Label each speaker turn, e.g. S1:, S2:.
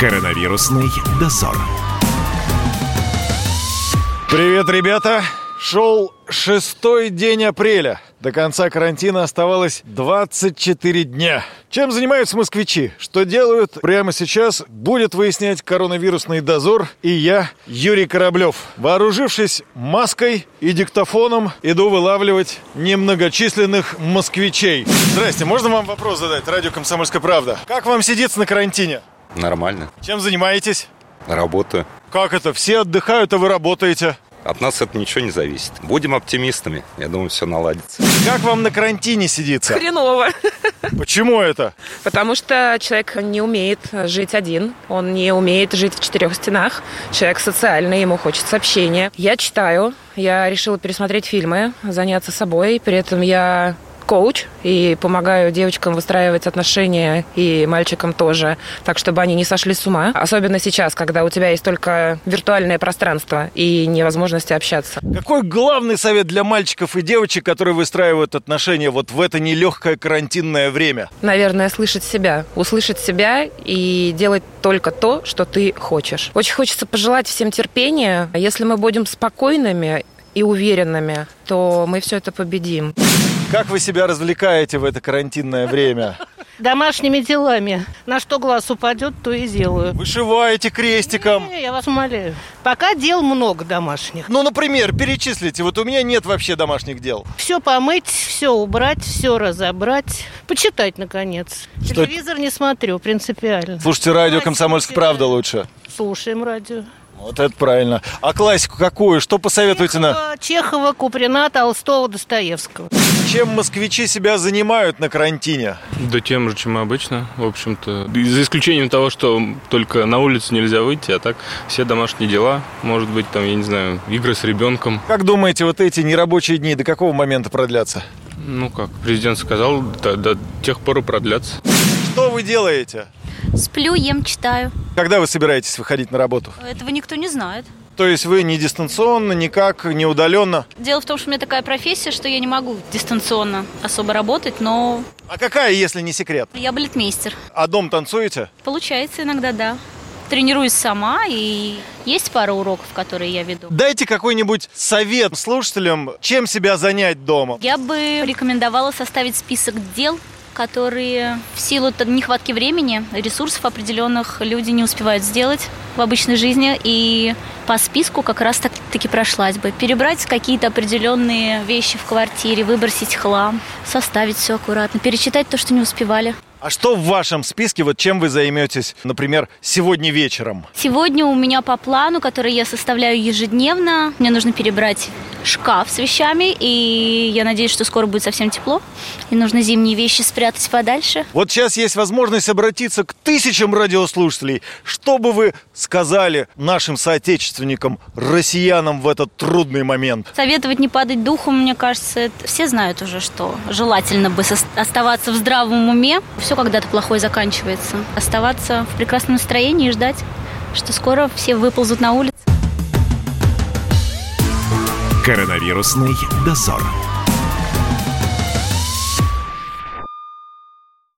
S1: Коронавирусный дозор.
S2: Привет, ребята! Шел шестой день апреля. До конца карантина оставалось 24 дня. Чем занимаются москвичи? Что делают? Прямо сейчас будет выяснять коронавирусный дозор и я, Юрий Кораблев. Вооружившись маской и диктофоном, иду вылавливать немногочисленных москвичей. Здрасте, можно вам вопрос задать? Радио «Комсомольская правда». Как вам сидится на карантине?
S3: Нормально.
S2: Чем занимаетесь?
S3: Работаю.
S2: Как это? Все отдыхают, а вы работаете.
S3: От нас это ничего не зависит. Будем оптимистами. Я думаю, все наладится.
S2: Как вам на карантине сидится?
S4: Хреново.
S2: Почему это?
S4: Потому что человек не умеет жить один. Он не умеет жить в четырех стенах. Человек социальный, ему хочется общения. Я читаю. Я решила пересмотреть фильмы, заняться собой. При этом я коуч и помогаю девочкам выстраивать отношения и мальчикам тоже, так чтобы они не сошли с ума. Особенно сейчас, когда у тебя есть только виртуальное пространство и невозможности общаться.
S2: Какой главный совет для мальчиков и девочек, которые выстраивают отношения вот в это нелегкое карантинное время?
S4: Наверное, слышать себя. Услышать себя и делать только то, что ты хочешь. Очень хочется пожелать всем терпения. Если мы будем спокойными и уверенными, то мы все это победим.
S2: Как вы себя развлекаете в это карантинное время?
S5: Домашними делами. На что глаз упадет, то и делаю.
S2: Вышиваете крестиком?
S5: Не, я вас умоляю. Пока дел много домашних.
S2: Ну, например, перечислите. Вот у меня нет вообще домашних дел.
S5: Все помыть, все убрать, все разобрать. Почитать, наконец.
S2: Что-
S5: Телевизор не смотрю, принципиально.
S2: Слушайте радио «Комсомольская правда» лучше.
S5: Слушаем радио.
S2: Вот это правильно. А классику какую? Что посоветуете на...
S5: Чехова, Э, Чехова, Куприна, Толстого, Достоевского.
S2: Чем москвичи себя занимают на карантине?
S6: Да тем же, чем обычно, в общем-то. И За исключением того, что только на улицу нельзя выйти, а так все домашние дела, может быть, там, я не знаю, игры с ребенком.
S2: Как думаете, вот эти нерабочие дни до какого момента продлятся?
S6: Ну как, президент сказал, до, до тех пор и продлятся.
S2: Что вы делаете?
S7: Сплю, ем, читаю.
S2: Когда вы собираетесь выходить на работу?
S7: Этого никто не знает.
S2: То есть вы не дистанционно, никак, не удаленно?
S7: Дело в том, что у меня такая профессия, что я не могу дистанционно особо работать, но
S2: А какая, если не секрет?
S7: я балетмейстер.
S2: А дом танцуете?
S7: Получается иногда, да. Тренируюсь сама, и есть пара уроков, которые я веду.
S2: Дайте какой-нибудь совет слушателям, чем себя занять дома.
S7: Я бы рекомендовала составить список дел, которые в силу т- нехватки времени, ресурсов определенных люди не успевают сделать в обычной жизни. И по списку как раз так- таки прошлась бы. Перебрать какие-то определенные вещи в квартире, выбросить хлам, составить все аккуратно, перечитать то, что не успевали.
S2: А что в вашем списке, вот чем вы займетесь, например, сегодня вечером?
S7: Сегодня у меня по плану, который я составляю ежедневно, мне нужно перебрать шкаф с вещами, и я надеюсь, что скоро будет совсем тепло, и нужно зимние вещи спрятать подальше.
S2: Вот сейчас есть возможность обратиться к тысячам радиослушателей. Что бы вы сказали нашим соотечественникам, россиянам в этот трудный момент?
S7: Советовать не падать духом, мне кажется, это- все знают уже, что желательно бы сос- оставаться в здравом уме. Все когда-то плохое заканчивается. Оставаться в прекрасном настроении и ждать, что скоро все выползут на улицу.
S1: Коронавирусный дозор.